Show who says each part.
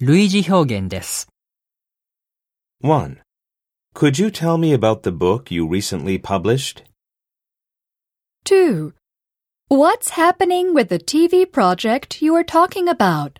Speaker 1: 類似表現です。
Speaker 2: 1. Could you tell me about the book you recently published?
Speaker 3: 2. What's happening with the TV project you are talking about?